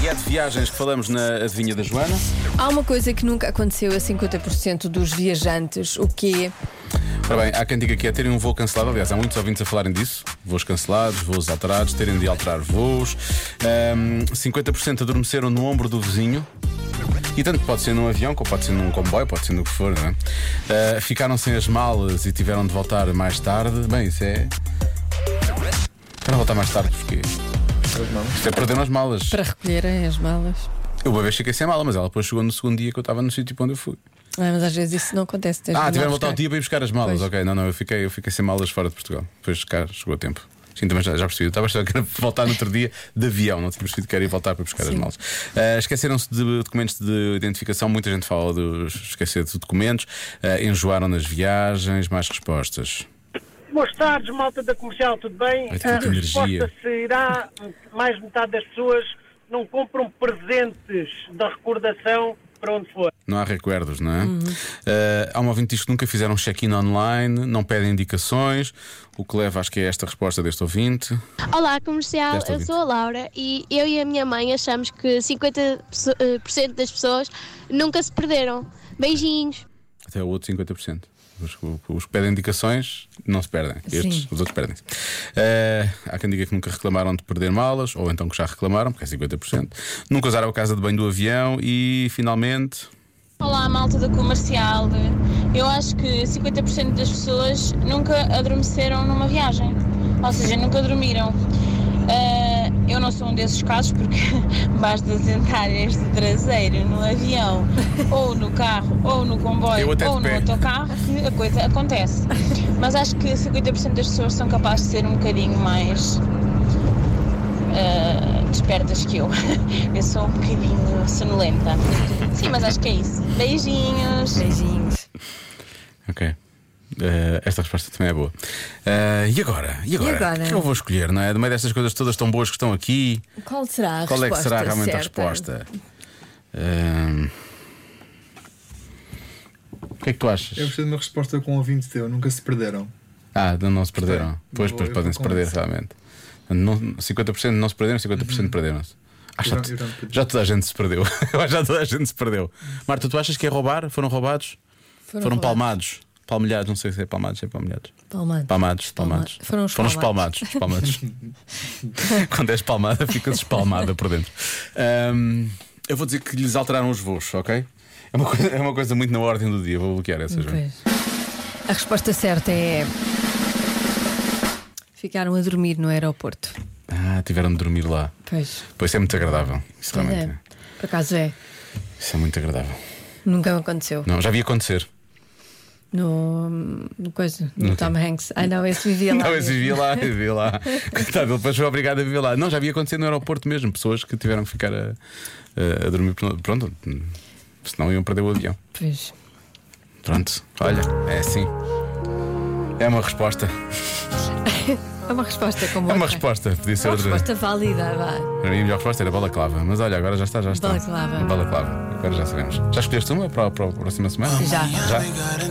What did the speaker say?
guia de viagens que falamos na adivinha da Joana. Há uma coisa que nunca aconteceu a 50% dos viajantes, o que é? Ora bem, há quem diga que é terem um voo cancelado. Aliás, há muitos ouvintes a falarem disso. Voos cancelados, voos alterados, terem de alterar voos. Ahm, 50% adormeceram no ombro do vizinho. E tanto pode ser num avião, como pode ser num comboio, pode ser no que for, não é? Ah, ficaram sem as malas e tiveram de voltar mais tarde. Bem, isso é. Para voltar mais tarde, porque. Isto é perderam as malas. Para recolherem as malas. Eu uma vez fiquei sem mala, mas ela depois chegou no segundo dia que eu estava no sítio para onde eu fui. Ah, mas às vezes isso não acontece. tens de Ah, mandar tiveram de voltar ao buscar. dia para ir buscar as malas. Pois. Ok, não, não, eu fiquei, eu fiquei sem malas fora de Portugal. Depois cá chegou a tempo. Sim, também já, já percebi. Eu estava a achar que era voltar no outro dia de avião, não tinha percebido que era ir voltar para buscar as Sim. malas. Ah, Esqueceram-se de documentos de identificação, muita gente fala de esquecer de documentos, Ah, enjoaram nas viagens, mais respostas. Boas tardes, malta da comercial, tudo bem? Ai, a tanta energia. resposta será: mais de metade das pessoas não compram presentes da recordação para onde for. Não há recuerdos, não é? Uhum. Ah, há uma ouvinte que diz que nunca fizeram check-in online, não pedem indicações, o que leva, acho que é esta resposta deste ouvinte. Olá, comercial. Desta Eu ouvinte. sou a Laura e eu e a minha mãe achamos que 50% das pessoas nunca se perderam. Beijinhos. Até o outro 50%. Os, que- os que pedem indicações não se perdem. Estes, Sim. os outros perdem. Eh, há quem diga que nunca reclamaram de perder malas, ou então que já reclamaram, porque é 50%. Nunca usaram a casa de banho do avião e finalmente. Olá, malta da comercial. Eu acho que 50% das pessoas nunca adormeceram numa viagem, ou seja, nunca dormiram. Ah, eu não sou um desses casos porque basta sentar este traseiro no avião, ou no carro, ou no comboio, Eu até de ou no pé. autocarro que a coisa acontece. Mas acho que 50% das pessoas são capazes de ser um bocadinho mais ah, despertas que eu. Eu sou um bocadinho sonolenta. Sim, mas acho que é isso. Beijinhos. Beijinhos. Ok. Eh, esta resposta também é boa. Eh, e agora? E agora? agora? O que eu vou escolher, não é? No meio destas coisas todas tão boas que estão aqui, Qual será a qual resposta? é que será realmente certa? a resposta? Ehm, O que é que tu achas? Eu gostei de uma resposta com um ouvinte teu, nunca se perderam. Ah, não, não se perderam. Pois, Vou- pois eu podem vou se perder convencer. realmente. Não, 50% não se perderam, 50% perderam-se. Ah, já, Uhum. Eu não- tu- eu não perdi. já toda a gente se perdeu. já toda a gente se perdeu. Marta, tu achas que é roubar? Foram roubados? Foram, roubados. palmados? Palmilhados, não sei se é palmados, se é palmilhados. Palmados. Palmados, palmados. Palma- foram os os palmados. palmados. Quando és palmada, ficas espalmada por dentro. Ahm, eu vou dizer que lhes alteraram os voos, ok? É uma coisa, é uma coisa muito na ordem do dia, vou bloquear essas. Pois. A resposta certa é. Ficaram a dormir no aeroporto. Ah, tiveram de dormir lá. Pois. Pois isso é muito agradável. Isso pois realmente é. é. Por acaso é. Isso é muito agradável. Nunca me aconteceu. Não, já vi acontecer. No, no coisa, no Nunca. Tom Hanks. Ai não, esse vivia lá. não, mas mesmo. vivia lá, vivia lá. Coitado, ele depois foi obrigado a viver lá. Não, já vi acontecer no aeroporto mesmo, pessoas que tiveram que ficar a, a- a dormir. por- Pronto, senão iam perder o avião. Pois. Pronto, olha, é assim. É uma resposta. É uma resposta como É uma outra. resposta, podia É ser uma outra. resposta válida, vá. Para mim a melhor resposta era balaclava, mas olha, agora já está, já está. Balaclava. Balaclava, agora já sabemos. Já escolheste uma para a para a próxima semana? Já. Já?